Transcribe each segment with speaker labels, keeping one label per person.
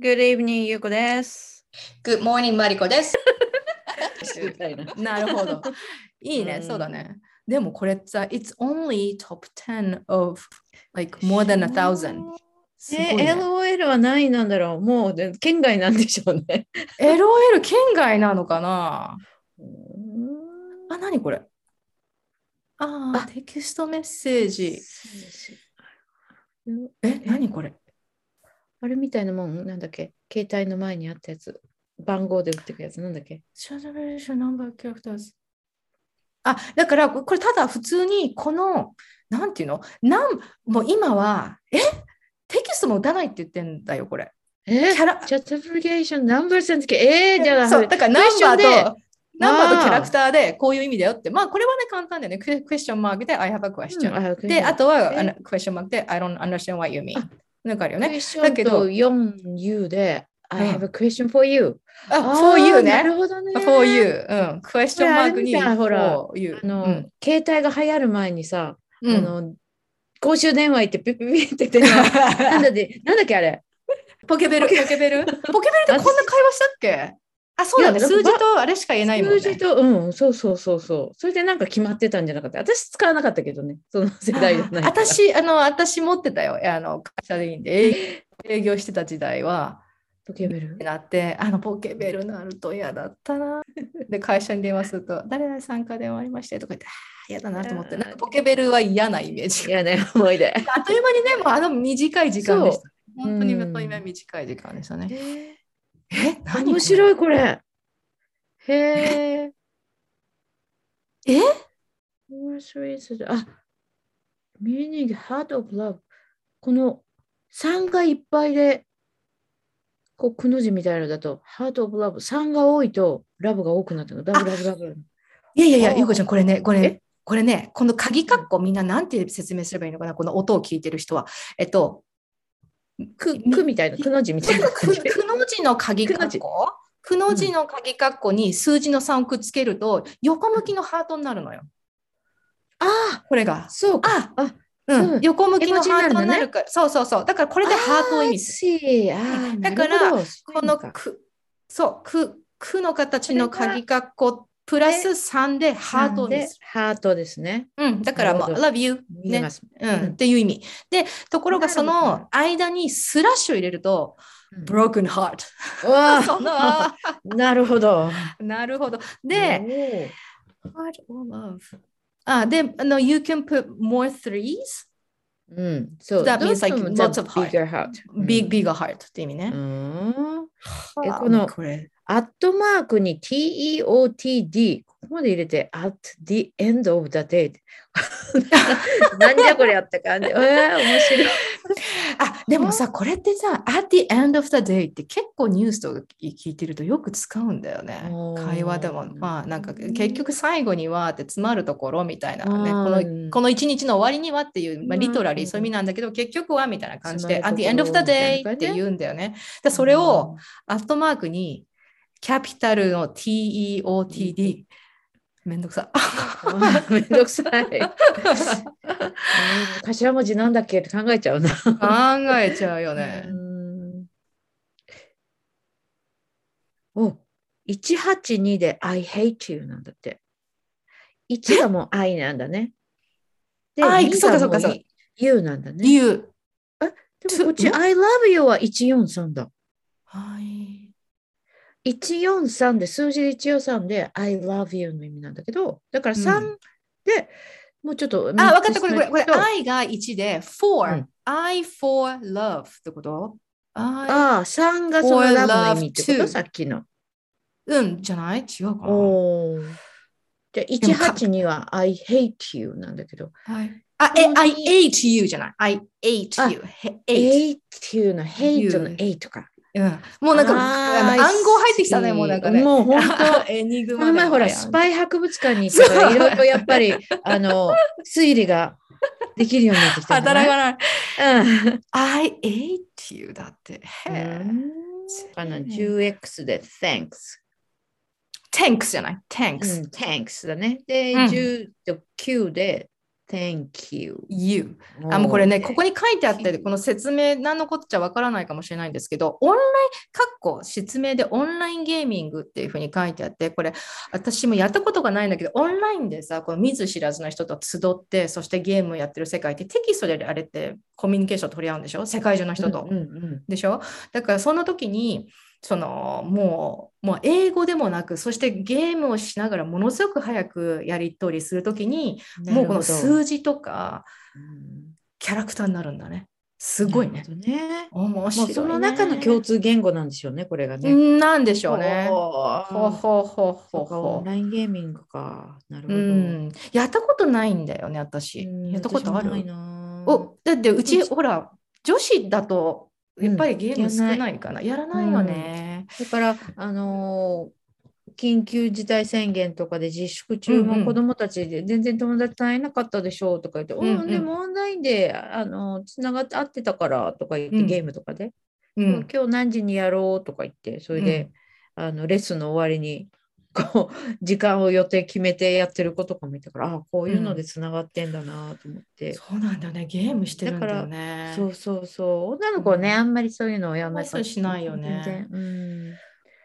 Speaker 1: Good evening, ゆうこです。
Speaker 2: Good morning, マリコです。
Speaker 1: みたいな
Speaker 2: なるほど。いいね、
Speaker 1: うん
Speaker 2: そうだね。でもこれさ、It's only top 10 of like more than a thousand。すごい、
Speaker 1: え、
Speaker 2: ね。
Speaker 1: LOL は何位なんだろうもうで県外なんでしょうね。
Speaker 2: LOL 県外なのかな
Speaker 1: う
Speaker 2: あ、なにこれああ、テキストメッセージ。
Speaker 1: ん
Speaker 2: え、なにこれ
Speaker 1: あれみたいなもん、なんだっけ携帯の前にあったやつ。番号で打ってくやつ、なんだっけ
Speaker 2: ?Show the variation number of characters。あ、だからこれただ普通にこの、なんていうのなんもう今は、えテキストも打たないって言ってんだよ、これ。
Speaker 1: え
Speaker 2: キャラ
Speaker 1: チャットアプリケーション、ナンバーセンスえー、じゃあ、
Speaker 2: そうだからナ
Speaker 1: ク
Speaker 2: ン
Speaker 1: エスチョ
Speaker 2: バ
Speaker 1: ンで
Speaker 2: ーとナンバー
Speaker 1: あー
Speaker 2: とキャラクターでこういう意味だよってまあこれはね簡単だよねクエクエスチョンマークで I have a
Speaker 1: うん
Speaker 2: question、
Speaker 1: クエスチョン
Speaker 2: であとは、
Speaker 1: え
Speaker 2: あのクエスチョンマークで I don't understand what you mean
Speaker 1: あ
Speaker 2: なんかあるよ
Speaker 1: ク
Speaker 2: ね
Speaker 1: エスチョン
Speaker 2: だけど
Speaker 1: と 4U で、I
Speaker 2: うん
Speaker 1: have a question for you.
Speaker 2: あ for you
Speaker 1: な
Speaker 2: ね
Speaker 1: るほどね。
Speaker 2: for you うんクエスチョンマークに
Speaker 1: これあれみたいほら
Speaker 2: for you
Speaker 1: あの、
Speaker 2: うん
Speaker 1: 携帯が流行る前にさ、
Speaker 2: うん
Speaker 1: あの公衆電話行ってピピピって電話なんだってなんだっけあれ
Speaker 2: ポケベルポケベルポケベルってこんな会話したっけあそうだね
Speaker 1: いや
Speaker 2: 数字とあれしか言えないもんね
Speaker 1: 数字とうんそうそうそうそうそれでなんか決まってたんじゃなかった私使わなかったけどねその世代じゃないから
Speaker 2: 私あの私持ってたよあの会社でいいんで営営業してた時代は
Speaker 1: ポケベル
Speaker 2: ってなって、あのポケベルなると嫌だったな。 で、会社に電話すると、誰々参加で終わりましたよとか言って、あー嫌だなと思って、なんかポケベルは嫌なイメージ
Speaker 1: い。やね思い出
Speaker 2: あっという間にね、もうあの短い時間でし
Speaker 1: そ
Speaker 2: た。本当に
Speaker 1: うん
Speaker 2: あっという間に短い時間でしたね。え、何
Speaker 1: 面白
Speaker 2: い。
Speaker 1: いこれへえ
Speaker 2: え
Speaker 1: 面白いそれあ meaning heart of love この3がいっぱいでこうくの字みたいなのだと heart of love 3が多いとラブが多くなったのダブルラブラブ
Speaker 2: いやいやいや、
Speaker 1: おう
Speaker 2: ゆうこちゃん、これね、これ
Speaker 1: え。
Speaker 2: これね、この鍵括弧みんななんて説明すればいいのかな、この音を聞いてる人は。えっと、
Speaker 1: くくみたいなくの字みたいな
Speaker 2: く
Speaker 1: 感じ
Speaker 2: くの字の鍵
Speaker 1: くの字
Speaker 2: 括弧くの字の鍵括弧に数字の3をくっつけると横向きのハートになるのよ。
Speaker 1: ああ
Speaker 2: これが。
Speaker 1: そうか
Speaker 2: あ
Speaker 1: あ
Speaker 2: うん
Speaker 1: うん
Speaker 2: 横向きのハートに
Speaker 1: 絵
Speaker 2: な
Speaker 1: 文字になる
Speaker 2: るから、そうそうそう。だからこれでハートを意味する。
Speaker 1: しあー
Speaker 2: だから
Speaker 1: なるほど
Speaker 2: この
Speaker 1: そうか
Speaker 2: く、そう、く、くの形の鍵括弧プラス3でハートを意味
Speaker 1: ですハートですね
Speaker 2: る。うん、だからもう、
Speaker 1: なる
Speaker 2: I love you
Speaker 1: 見え
Speaker 2: ね
Speaker 1: ま。す
Speaker 2: うん
Speaker 1: うん
Speaker 2: っていう意味。で、ところがそ
Speaker 1: なるほど
Speaker 2: の間にスラッシュを入れると、
Speaker 1: うん
Speaker 2: broken heart。
Speaker 1: うわ
Speaker 2: そ の、
Speaker 1: あなるほど
Speaker 2: なるほど。で、
Speaker 1: で
Speaker 2: Heart or love? あ、で、あの、You can put more threes,
Speaker 1: うん、そう。
Speaker 2: That means, like,
Speaker 1: どうしても
Speaker 2: lots of
Speaker 1: the bigger heart.
Speaker 2: big, bigger heart って意味
Speaker 1: う
Speaker 2: ね。
Speaker 1: ん。うんえ
Speaker 2: あ
Speaker 1: この
Speaker 2: これ。
Speaker 1: アットマークに TEOTD。ここまで入れて、at the end of the day。なんじゃこれやった 感じ。えー、面白い。
Speaker 2: あ、でもさ、これってさ、at the end of the day って結構ニュースとか聞いてるとよく使うんだよね
Speaker 1: お。ー
Speaker 2: 会話でも、まあなんか
Speaker 1: うん
Speaker 2: 結局最後にはって詰まるところみたいなね。
Speaker 1: うん
Speaker 2: このこの一日の終わりにはっていう、ま
Speaker 1: う
Speaker 2: あ、
Speaker 1: ん
Speaker 2: リトラリーそういう意味なんだけど、結局はみたいな感じで、
Speaker 1: 詰ま
Speaker 2: at
Speaker 1: る
Speaker 2: the
Speaker 1: ところ
Speaker 2: end of the
Speaker 1: みたいな
Speaker 2: day
Speaker 1: 感
Speaker 2: っ
Speaker 1: じね
Speaker 2: て言うんだよね。でそれを、アットマークにキャピタルの TEOTD。めんど くさ。
Speaker 1: うん、 めんどくさい。うん頭文字なんだっけって考えちゃうな。
Speaker 2: 考えちゃうよね
Speaker 1: う。んお182で I hate you なんだって。1がもう I なんだね。で、
Speaker 2: あ
Speaker 1: 2
Speaker 2: そうかそう
Speaker 1: が
Speaker 2: か
Speaker 1: も
Speaker 2: そうう
Speaker 1: You なんだ
Speaker 2: 理
Speaker 1: ね。
Speaker 2: 由。
Speaker 1: でもこっち I love you は143だ。
Speaker 2: はい。
Speaker 1: 143で数字で143で I love you の意味なんだけど、だから
Speaker 2: う
Speaker 1: 3で、もうちょっと
Speaker 2: あ、わかった。これ、これ、こ
Speaker 1: 三
Speaker 2: れ、
Speaker 1: つ目と
Speaker 2: I が1で、
Speaker 1: う
Speaker 2: for
Speaker 1: ん。
Speaker 2: I for love ってこと ?I、
Speaker 1: ああ、3がその
Speaker 2: Or
Speaker 1: love の意味
Speaker 2: love
Speaker 1: ってこと
Speaker 2: too
Speaker 1: さっきの。
Speaker 2: うん、じゃない違うかな。
Speaker 1: おお。じゃあ、
Speaker 2: もか
Speaker 1: 182は I hate you なんだけど、
Speaker 2: はい。あ、え
Speaker 1: こ、の
Speaker 2: I hate you じゃない。I hate you. hate.
Speaker 1: hate you の hate の A とか。
Speaker 2: うん。もうなんか、あの暗号入ってきたね、もうなんかね。
Speaker 1: もう本 当。
Speaker 2: エニグ
Speaker 1: こ
Speaker 2: マ
Speaker 1: の前ほら、スパイ博物館に行ったから、
Speaker 2: そう
Speaker 1: いろいろやっぱり、あの、推理ができるようになってきたんだね。
Speaker 2: 働かない。
Speaker 1: うん。
Speaker 2: I ate you だって。へー
Speaker 1: あの 10X で Thanks。
Speaker 2: Thanks じゃない。
Speaker 1: うん
Speaker 2: Thanks。
Speaker 1: Thanks だね。で、
Speaker 2: うん
Speaker 1: 10と9で Thank you.
Speaker 2: You あもうこれね、ここ
Speaker 1: に。
Speaker 2: に書いてあって、この説明、何のこっちゃわからないかもしれないんですけど、オンライン、かっこ、説明でオンラインゲーミングっていうふうに書いてあって、これ、私もやったことがないんだけど、オンラインでさ、この見ず知らずの人と集って、そしてゲームをやってる世界って、テキストであれってコミュニケーション取り合うんでしょ世界中の人と。
Speaker 1: うんうん
Speaker 2: でしょだからその時にそのもうもう英語でもなくそしてゲームをしながらものすごく早くやり取りする時に
Speaker 1: うん
Speaker 2: もうこの
Speaker 1: なる
Speaker 2: 数字とか
Speaker 1: ほどうん
Speaker 2: キャラクターになるんだねすごい
Speaker 1: な
Speaker 2: ね
Speaker 1: るほどね。
Speaker 2: 面
Speaker 1: も
Speaker 2: 白いうね
Speaker 1: その中の共通言語なんでしょうね、これがね。
Speaker 2: なんでしょうねほう
Speaker 1: ほ
Speaker 2: ほうほうほう
Speaker 1: オン
Speaker 2: ほう
Speaker 1: ラインゲーミングか。なるほ
Speaker 2: う
Speaker 1: ど。
Speaker 2: んやったことないんだよね私
Speaker 1: うん
Speaker 2: やったことあ
Speaker 1: 私もない
Speaker 2: る
Speaker 1: な
Speaker 2: おだってうち
Speaker 1: うち
Speaker 2: ほら女子だとやっぱりゲーム少
Speaker 1: やらない
Speaker 2: ないかなやらないよね
Speaker 1: だから、あのー緊急事態宣言とかで自粛中
Speaker 2: うんうん
Speaker 1: も子どもたちで全然友達と会えなかったでしょうとか言って、
Speaker 2: うんうん
Speaker 1: うんでもオンラインで、あのーつながって会ってたからとか言って、
Speaker 2: うん
Speaker 1: ゲームとかで、
Speaker 2: うん
Speaker 1: 今日何時にやろうとか言ってそれで、あのレッスンの終わりにこう 時間を予定決めてやってる子とかもいたからあこういうのでつながってんだなと思って、
Speaker 2: そうなんだよね、ゲームしてるんだよね。
Speaker 1: そうそうそう女の子はね、
Speaker 2: うん
Speaker 1: あんまりそういうのをやんない
Speaker 2: そうしないよね
Speaker 1: 全然、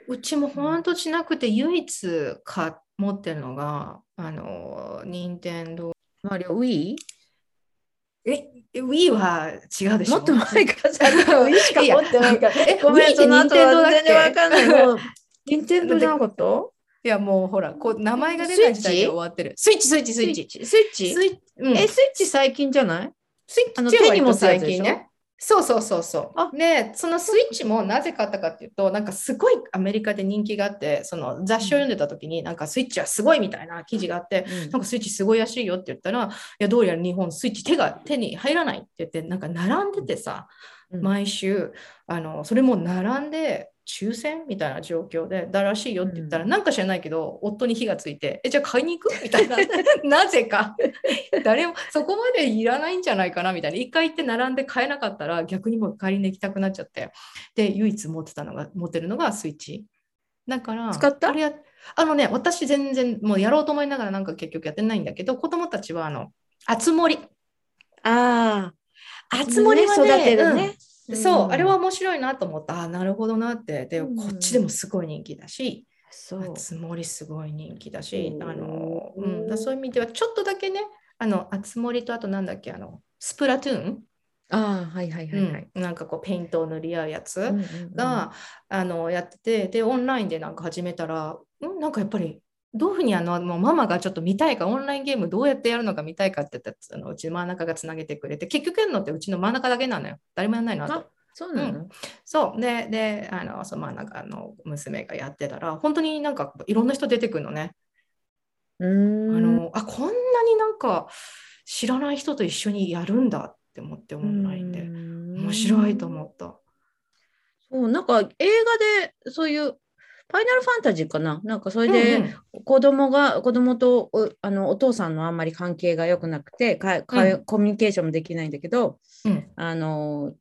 Speaker 1: うん、
Speaker 2: うちもほんとしなくて、唯一か持ってるのが、あの、任天堂
Speaker 1: マリオ Wii?
Speaker 2: え、Wii は違うでしょ
Speaker 1: もっと前からさっ きの Wii しか
Speaker 2: いや
Speaker 1: 持ってないから。
Speaker 2: え、
Speaker 1: ごめん、
Speaker 2: Wii っ
Speaker 1: そ
Speaker 2: て
Speaker 1: の
Speaker 2: 任
Speaker 1: 後
Speaker 2: 天堂
Speaker 1: は全
Speaker 2: だっけ
Speaker 1: 然わかんない。 もう、任天堂じゃなかった
Speaker 2: いや、もうほら、こう名前が出ない時代で終わってる。スイッチ、スイッチ、スイッチ。
Speaker 1: チ。スイッチ
Speaker 2: スイッチ、うん
Speaker 1: え、スイッチ最近じゃない
Speaker 2: スイ
Speaker 1: あ
Speaker 2: ッ
Speaker 1: の
Speaker 2: チは
Speaker 1: 手に持つや
Speaker 2: 最
Speaker 1: つでし
Speaker 2: 近
Speaker 1: ょ
Speaker 2: ね。そうそうそうそう。
Speaker 1: あ
Speaker 2: で、そのスイッチもなぜ買ったかっていうと、なんかすごいアメリカで人気があって、その雑誌を読んでた時に、なんかスイッチはすごいみたいな記事があって、なんかスイッチすごいらしいよって言ったら、いや、どうやら日本スイッチ手が手に入らないって言って、なんか並んでて
Speaker 1: うん
Speaker 2: さ、毎週、あの、それも並んで、抽選みたいな状況で、だらしいよって言ったら、
Speaker 1: うん
Speaker 2: なんか知らないけど、夫に火がついて、え、じゃあ買いに行くみたいな、 なぜか、誰もそこまでいらないんじゃないかなみたいな、一回行って並んで買えなかったら、逆にもう帰りに行きたくなっちゃって、で、唯一持ってたのが、持ってるのがスイッチ。だから、
Speaker 1: 使った
Speaker 2: あれやあのね、私全然もうやろうと思いながらなんか結局やってないんだけど、子供たちはあの、あつ森。
Speaker 1: あ
Speaker 2: あ
Speaker 1: あ、つ森はね、育てるね。
Speaker 2: うんそう、
Speaker 1: ん
Speaker 2: あれは。面白いなと思った。あーなるほどなって。で、
Speaker 1: うん
Speaker 2: こっちでもすごい人気だし、
Speaker 1: そ
Speaker 2: あ
Speaker 1: う。
Speaker 2: つ森すごい人気だし、
Speaker 1: うん
Speaker 2: あの、うん、だそういう意味ではちょっとだけね、あの、あつ森とあとなんだっけ、あの、スプラトゥーン、
Speaker 1: ああ、はいはいはいはい。
Speaker 2: うんなんかこうペイントを塗り合うやつ。
Speaker 1: うんうんうん、
Speaker 2: が、あのやっててでオンラインでなんか始めたらんなんかやっぱりどういうふうにあのもうママがちょっと見たいかオンラインゲームどうやってやるのか見たいかって言ったらあのうち真ん中がつなげてくれて結局やるのってうちの真ん中だけなのよ誰もやんないのあと
Speaker 1: あそうなの、
Speaker 2: そうでであのその真ん中の娘がやってたら本当になんかいろんな人出てくるのね
Speaker 1: う
Speaker 2: あ
Speaker 1: ん、
Speaker 2: のあこんなになんか知らない人と一緒にやるんだって思ってオンラインで面
Speaker 1: 面
Speaker 2: 白いと思った。
Speaker 1: そうなんか映画でそういうファイナルファンタジーかななんかそれ
Speaker 2: うん
Speaker 1: で
Speaker 2: うん
Speaker 1: 子供が子供とおあのお父さんのあんまり関係が良くなくてかか
Speaker 2: うん
Speaker 1: コミュニケーションもできないんだけど、
Speaker 2: うん
Speaker 1: あの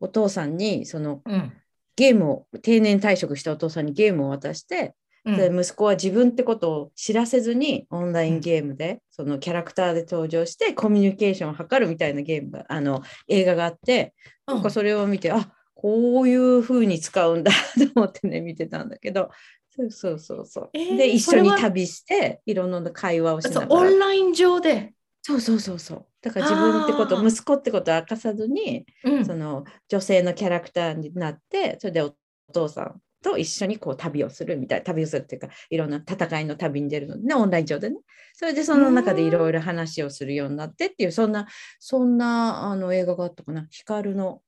Speaker 1: お父さんにその
Speaker 2: うん
Speaker 1: ゲームを定年退職したお父さんにゲームを渡して、
Speaker 2: うん
Speaker 1: で息子は自分ってことを知らせずにオンラインゲームで、そのキャラクターで登場してコミュニケーションを図るみたいなゲームがあの映画があってなんかそれを見て、あこういう風に使うんだ と思ってね見てたんだけどそうそうそうそう、
Speaker 2: えー
Speaker 1: で一
Speaker 2: そ
Speaker 1: 緒
Speaker 2: れ
Speaker 1: に
Speaker 2: は
Speaker 1: 旅していろんな会話をし
Speaker 2: そ
Speaker 1: な
Speaker 2: う
Speaker 1: が
Speaker 2: オ
Speaker 1: ら
Speaker 2: ンライン上で、
Speaker 1: そうそうそうそうだから自分ってこと
Speaker 2: あー
Speaker 1: 息子ってことを明かさずに
Speaker 2: うん
Speaker 1: その女性のキャラクターになってそれでお父さんと一緒にこう旅をするみたい旅をするっていうかいろんな戦いの旅に出るのねオンライン上でねそれでその中でいろいろ話をするようになってっていうそんなそんなあの映画があったかな光の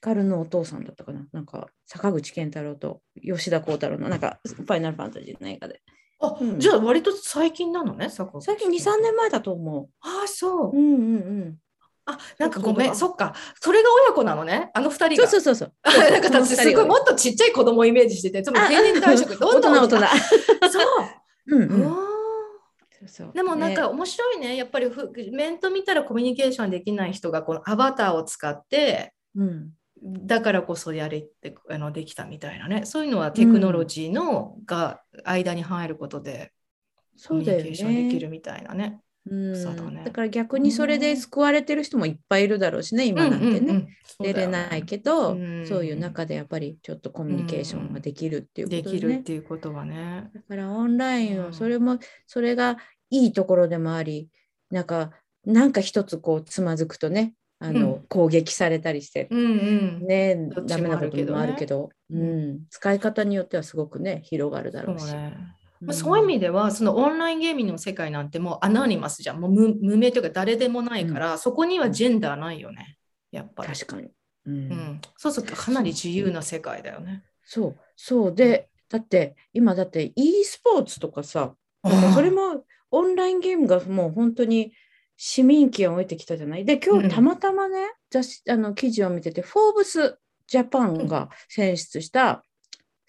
Speaker 1: 光のお父さんだったかななんか坂口健太郎と吉田鋼太郎のなんかファイナルファンタジーの映画で
Speaker 2: あ、
Speaker 1: うん
Speaker 2: じゃあ割と最近なのね、さこ。
Speaker 1: 最近23年前だと思
Speaker 2: ああ、そうう
Speaker 1: う。んうん
Speaker 2: あ、なんかごめん、
Speaker 1: そ
Speaker 2: そっか。それが親子なのね、あの二
Speaker 1: うん
Speaker 2: 人
Speaker 1: そうそ
Speaker 2: が。
Speaker 1: うそうそう
Speaker 2: あ なんか私、すごいもっとちっちゃい子供をイメージしてて、つまり定年退職、ど
Speaker 1: 大
Speaker 2: んど
Speaker 1: 人
Speaker 2: ん
Speaker 1: 大人
Speaker 2: そう。
Speaker 1: うん
Speaker 2: う
Speaker 1: うん
Speaker 2: わ
Speaker 1: そうそう
Speaker 2: ーでもなん
Speaker 1: ね
Speaker 2: か面白いね、やっぱりふ面と見たらコミュニケーションできない人がこのアバターを使って、
Speaker 1: うん
Speaker 2: だからこそやれってあのできたみたいなね、そういうのはテクノロジーのが間に入ることでコ
Speaker 1: そう
Speaker 2: ミュ
Speaker 1: だ
Speaker 2: ニ
Speaker 1: よ
Speaker 2: ケーションでき
Speaker 1: ね。
Speaker 2: るみたいなね。
Speaker 1: うん
Speaker 2: そうだね
Speaker 1: から逆にそれで救われてる人もいっぱいいるだろうしね、今なんてね、
Speaker 2: うんうんうんそうだ
Speaker 1: 出
Speaker 2: よね
Speaker 1: れないけど、
Speaker 2: うん
Speaker 1: そういう中でやっぱりちょっとコミュニケーションができるっていうこ
Speaker 2: で
Speaker 1: とで,、
Speaker 2: きるっ
Speaker 1: ね、
Speaker 2: ていうことはね。
Speaker 1: だからオンライン
Speaker 2: うん
Speaker 1: をそれも、それがいいところでもありなんかなんか一つこうつまずくとねあの、
Speaker 2: うん
Speaker 1: 攻撃されたりして、
Speaker 2: うんうん。
Speaker 1: ね
Speaker 2: どっち
Speaker 1: ダ
Speaker 2: も
Speaker 1: メなこともあるけど
Speaker 2: るけどね
Speaker 1: うん、使い方によってはすごくね広がるだ
Speaker 2: そ
Speaker 1: ろ
Speaker 2: う
Speaker 1: うし。
Speaker 2: ね。
Speaker 1: ん
Speaker 2: まあ、そういう意味ではそのオンラインゲーミングの世界なんてもうアナニマスじゃんもう無無名というか誰でもないから、そこにはジェンダーないよねやっぱり、
Speaker 1: 確かに、
Speaker 2: う
Speaker 1: うん
Speaker 2: ん、そうそうかなり自由な世界だよね
Speaker 1: そうそうでだって今だって e スポーツとかさ
Speaker 2: ああ
Speaker 1: それもオンラインゲームがもう本当に市民権を得てきたじゃないで今
Speaker 2: うん
Speaker 1: 日たまたまね、雑誌あの記事を見てて「フォーブスジャパン」が選出した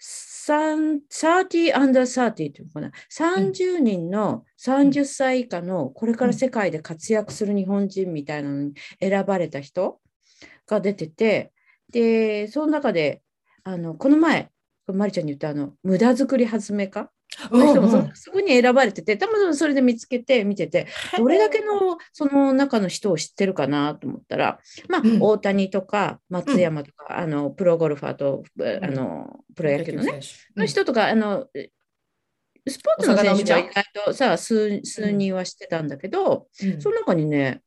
Speaker 1: 3 30 under 30っていうのかな30人の30歳以下のこれから世界で活躍する日本人みたいなのに選ばれた人が出ててでその中であのこの前マリちゃんに言ったあの無駄作り始めか
Speaker 2: うん
Speaker 1: の人もそ,、
Speaker 2: うん
Speaker 1: そこに選ばれててたまたまそれで見つけて見ててどれだけのその中の人を知ってるかなと思ったら、まあ
Speaker 2: うん
Speaker 1: 大谷とか松山とか、あのプロゴルファーとえ
Speaker 2: うん
Speaker 1: あのプロ野球のね、
Speaker 2: 選手
Speaker 1: の人とかあのえスポーツの選手は意外とさ数数人は知ってたんだけど、
Speaker 2: うんうん
Speaker 1: その中にね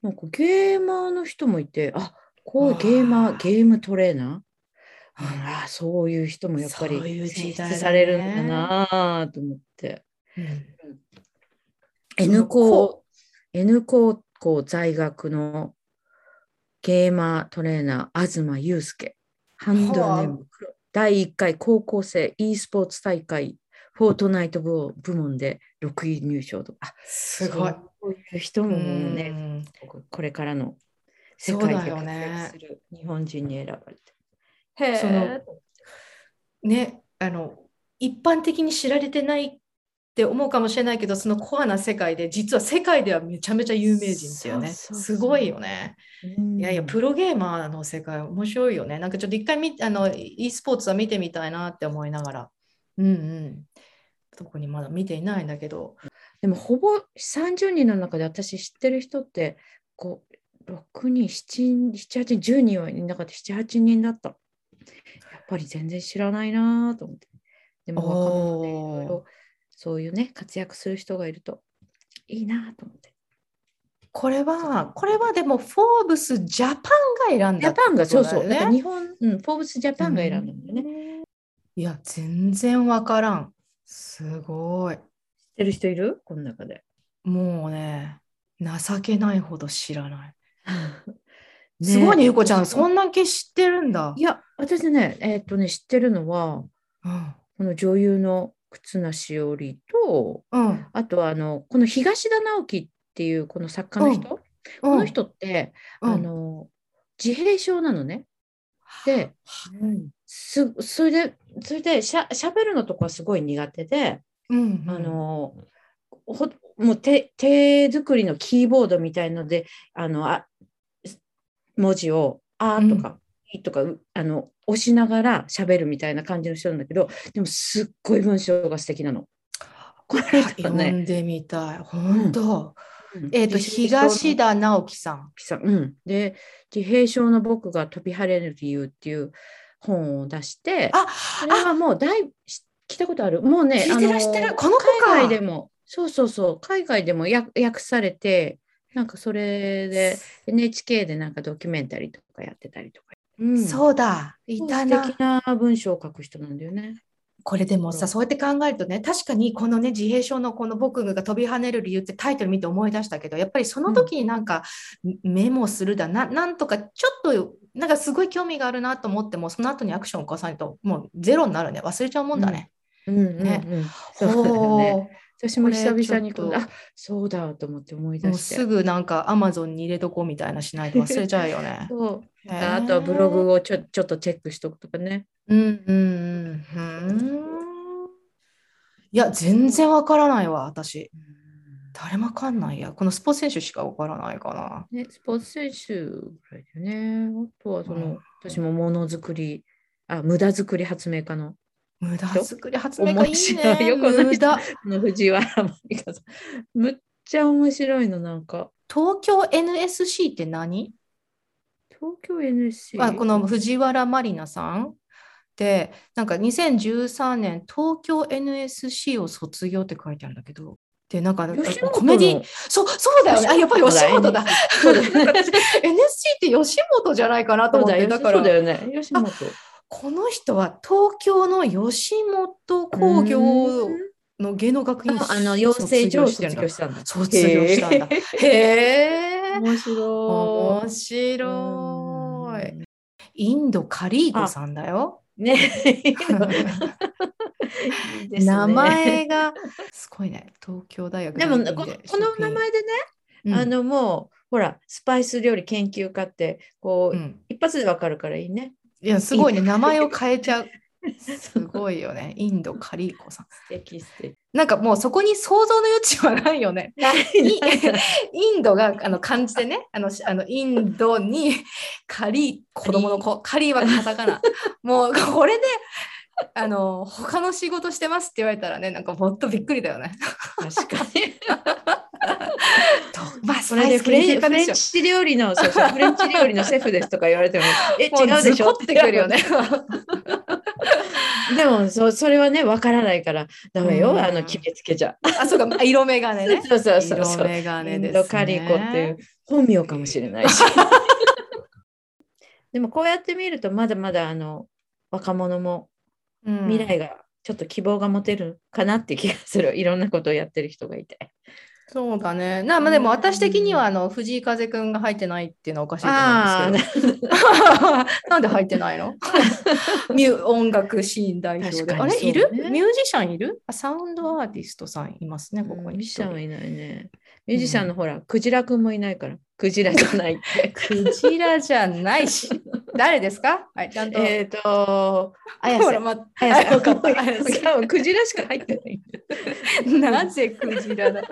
Speaker 1: なんかゲーマーの人もいてあこ
Speaker 2: あ
Speaker 1: う
Speaker 2: ー
Speaker 1: ゲーマーゲームトレーナーうんああそういう人もやっぱ
Speaker 2: そういう
Speaker 1: り
Speaker 2: 時
Speaker 1: 選
Speaker 2: 代だね
Speaker 1: 出されるんだなあと思って。
Speaker 2: うんその
Speaker 1: N
Speaker 2: こ
Speaker 1: 高 N 高校在学のゲーマートレーナー東祐介ハンドルネーム黒第1回高校生 e スポーツ大会フォートナイト部部門で6位入賞とかあ
Speaker 2: すごい
Speaker 1: そういう人ももうね
Speaker 2: ん
Speaker 1: これからの世
Speaker 2: そう
Speaker 1: 界
Speaker 2: だ
Speaker 1: で
Speaker 2: よ
Speaker 1: 活
Speaker 2: ね
Speaker 1: 躍する日本人に選ばれて。へ
Speaker 2: そのねあの一般的に知られてないって思うかもしれないけどそのコアな世界で実は世界ではめちゃめちゃ有名人っていうね
Speaker 1: そうそうそう
Speaker 2: すごいよね。いやいや、プロゲーマーの世界面白いよね。なんかちょっと一回みあの e スポーツは見てみたいなって思いながら。うんうん。特にまだ見ていないんだけど。
Speaker 1: でもほぼ30人の中で私知ってる人ってこう6人7 7 8 10人はいなかった78人だったやっぱり全然知らないなと思ってでも若者でい
Speaker 2: おー
Speaker 1: ろいろそういうね活躍する人がいるといいなと思って
Speaker 2: これは、これはでも、フォーブスジャパンが選ん
Speaker 1: ジ
Speaker 2: だ
Speaker 1: ャ
Speaker 2: って
Speaker 1: パンがそうそう
Speaker 2: こと
Speaker 1: だ
Speaker 2: だ
Speaker 1: から
Speaker 2: よね。
Speaker 1: 日本、うん、フォーブスジャパンが選んだんだよね、知っ
Speaker 2: いや、全然わからん。すごい。
Speaker 1: てる人いるこの中 で
Speaker 2: もうね、情けないほど知らない。
Speaker 1: ね
Speaker 2: すごいね、ゆうこちゃん。そ
Speaker 1: い
Speaker 2: んだけ知ってるんだ。
Speaker 1: や私ねえーっとね知ってるのは
Speaker 2: うん。
Speaker 1: この女優の忽那しおりと
Speaker 2: うん。
Speaker 1: あとはあのこの東田直樹っていうこの作家の人、この人って、
Speaker 2: うん、
Speaker 1: あの自閉症なのね。で
Speaker 2: うん、
Speaker 1: すそれでそれでしゃしゃべるのとかすごい苦手で、
Speaker 2: うん、
Speaker 1: あのほもう手手作りのキーボードみたいのであのあ文字を「あ」とか「い」とかうあの押しながら喋るみたいな感じの人なんだけどでもすっごい文章が素敵なの。これ
Speaker 2: あ
Speaker 1: とか
Speaker 2: 読
Speaker 1: ね。
Speaker 2: んでみたい。本当。
Speaker 1: うん
Speaker 2: えっ、と、
Speaker 1: 自閉症の
Speaker 2: 東田直樹さん。
Speaker 1: さんうん、で「自閉症の僕が飛び跳ねる理由」っていう本を出して
Speaker 2: あ、
Speaker 1: これはもうだいぶし聞いたことあるもうね
Speaker 2: 聞いてらっしゃるこの子か
Speaker 1: 海外でもそうそうそう海外でもや訳されてなんかそれで NHK でなんかドキュメンタリーとかやってたりとか、うん
Speaker 2: そうだ。いた
Speaker 1: 素
Speaker 2: な
Speaker 1: 敵。な文章を書く人なんだよね。
Speaker 2: これでもさ、そうやって考えるとね、確かにこのね、自閉症のこの僕が飛び跳ねる理由ってタイトル見て思い出したけど、やっぱりその時になんかメモするだな、なんとかちょっと、なんかすごい興味があるなと思っても、その後にアクションを起こさないと、もうゼロになるね。忘れちゃうもんだね。
Speaker 1: うんうんうん
Speaker 2: ね
Speaker 1: そうだよね。
Speaker 2: ほう
Speaker 1: 私も久々にこ
Speaker 2: こ
Speaker 1: の
Speaker 2: れちょっ
Speaker 1: あそうだと思って思い
Speaker 2: も
Speaker 1: 出
Speaker 2: う
Speaker 1: して。
Speaker 2: すぐなんかアマゾンに入れとこうみたいなしないと忘れちゃうよ ね。
Speaker 1: そう
Speaker 2: へー
Speaker 1: あとはブログをちょちょっとチェックしとくとかね。
Speaker 2: うんうんうんうん。いや、全然わからないわ、私。誰もわかんないや。このスポーツ選手しかわからないかな。
Speaker 1: ね、スポーツ選手ぐらいだよね。あとはその、
Speaker 2: うん
Speaker 1: 私もものづくり、あ、無駄づくり発明家 の
Speaker 2: 無駄作り発明がいい
Speaker 1: 面白
Speaker 2: ね。
Speaker 1: いよこの人
Speaker 2: 無駄。
Speaker 1: あの藤原紀香さん。むっちゃ面白いの、なんか。
Speaker 2: 東京 NSC って何
Speaker 1: 東京 NSC。
Speaker 2: あこの藤原まりなさんでなんか2013年東京 NSC を卒業って書いてあるんだけどでなんかあ
Speaker 1: 吉本の
Speaker 2: コメディそうそうだよねあやっぱり吉本だ
Speaker 1: そうだよね
Speaker 2: なんか私 NSC って吉本じゃないかなと
Speaker 1: そう
Speaker 2: 思っ
Speaker 1: だ
Speaker 2: て
Speaker 1: よ
Speaker 2: だから
Speaker 1: そうだよね。吉本。
Speaker 2: この人は東京の吉本工業
Speaker 1: うん
Speaker 2: の芸能学院
Speaker 1: あの養成所を卒
Speaker 2: るんだ
Speaker 1: 業したんだ。
Speaker 2: 卒業したんだ
Speaker 1: へー
Speaker 2: へえ
Speaker 1: 面白
Speaker 2: 面
Speaker 1: い。
Speaker 2: 白い
Speaker 1: うん
Speaker 2: インドカリーコさんだよ
Speaker 1: ね。いい のい いですね
Speaker 2: 名前がすごいね東京大学
Speaker 1: でも
Speaker 2: 病院
Speaker 1: このこ
Speaker 2: 職
Speaker 1: の
Speaker 2: 員
Speaker 1: 名前でね、
Speaker 2: うん
Speaker 1: あのもうほらスパイス料理研究家ってこう、
Speaker 2: うん
Speaker 1: 一発でわかるからいいね。
Speaker 2: いやすごいね名前を変え ちゃうす
Speaker 1: 素
Speaker 2: ごいよねインドカリーコさん
Speaker 1: 敵素敵。
Speaker 2: なんかもうそこに想像の余地はないよね いインドがあの漢字でねあのしあのインドに カリー子供の子カリーはカタ カナもうこれであの他の仕事してますって言われたらねなんかもっとびっくりだよね
Speaker 1: 確かに。
Speaker 2: とまあ
Speaker 1: そ
Speaker 2: そ
Speaker 1: れ
Speaker 2: れ
Speaker 1: で
Speaker 2: で
Speaker 1: フ
Speaker 2: フ
Speaker 1: レ
Speaker 2: レ
Speaker 1: ン
Speaker 2: ン
Speaker 1: フレン
Speaker 2: チ
Speaker 1: チ料理のそう そうフレンチ料理のシェフですとか言われてもえ
Speaker 2: もう
Speaker 1: 違うでしょ
Speaker 2: ズコってくるよ ね。
Speaker 1: でもそうそれはねわからないからダメよ、
Speaker 2: うん
Speaker 1: あの決めつけちゃ。。
Speaker 2: あそうか色眼鏡ね
Speaker 1: そうそうそう
Speaker 2: 色
Speaker 1: そう。
Speaker 2: 眼鏡
Speaker 1: イ
Speaker 2: です、ね。
Speaker 1: ンドカリコっていう本名かもしれないし。 でもこうやって見るとまだまだあの若者も
Speaker 2: うん
Speaker 1: 未来がちょっと希望が持てるかなって気がする。いろんなことをやってる人がいて。
Speaker 2: そうだね。なまあでも私的にはあの藤井風くんが入ってないっていうのはおかしいと思うんですけど。 なんで入ってな いの？ミュ音楽シーン代表で。
Speaker 1: 確
Speaker 2: あ
Speaker 1: かに
Speaker 2: れ
Speaker 1: そう
Speaker 2: い
Speaker 1: ね
Speaker 2: る？ミュージシャンいる？あサウンドアーティストさんいますねここ
Speaker 1: ミュー
Speaker 2: に
Speaker 1: ジ
Speaker 2: 一
Speaker 1: シャンは
Speaker 2: 人。
Speaker 1: いないね。ミュージシャンのほら、クジラくんもいない から、クジラじゃないって。
Speaker 2: クジラじゃな いし。誰ですか？はいちゃんと。
Speaker 1: えっと、綾
Speaker 2: ほら
Speaker 1: 瀬。
Speaker 2: まあ
Speaker 1: 綾
Speaker 2: あよ かった綾瀬
Speaker 1: 瀬。クジラしか入ってない。
Speaker 2: なぜクジラだ？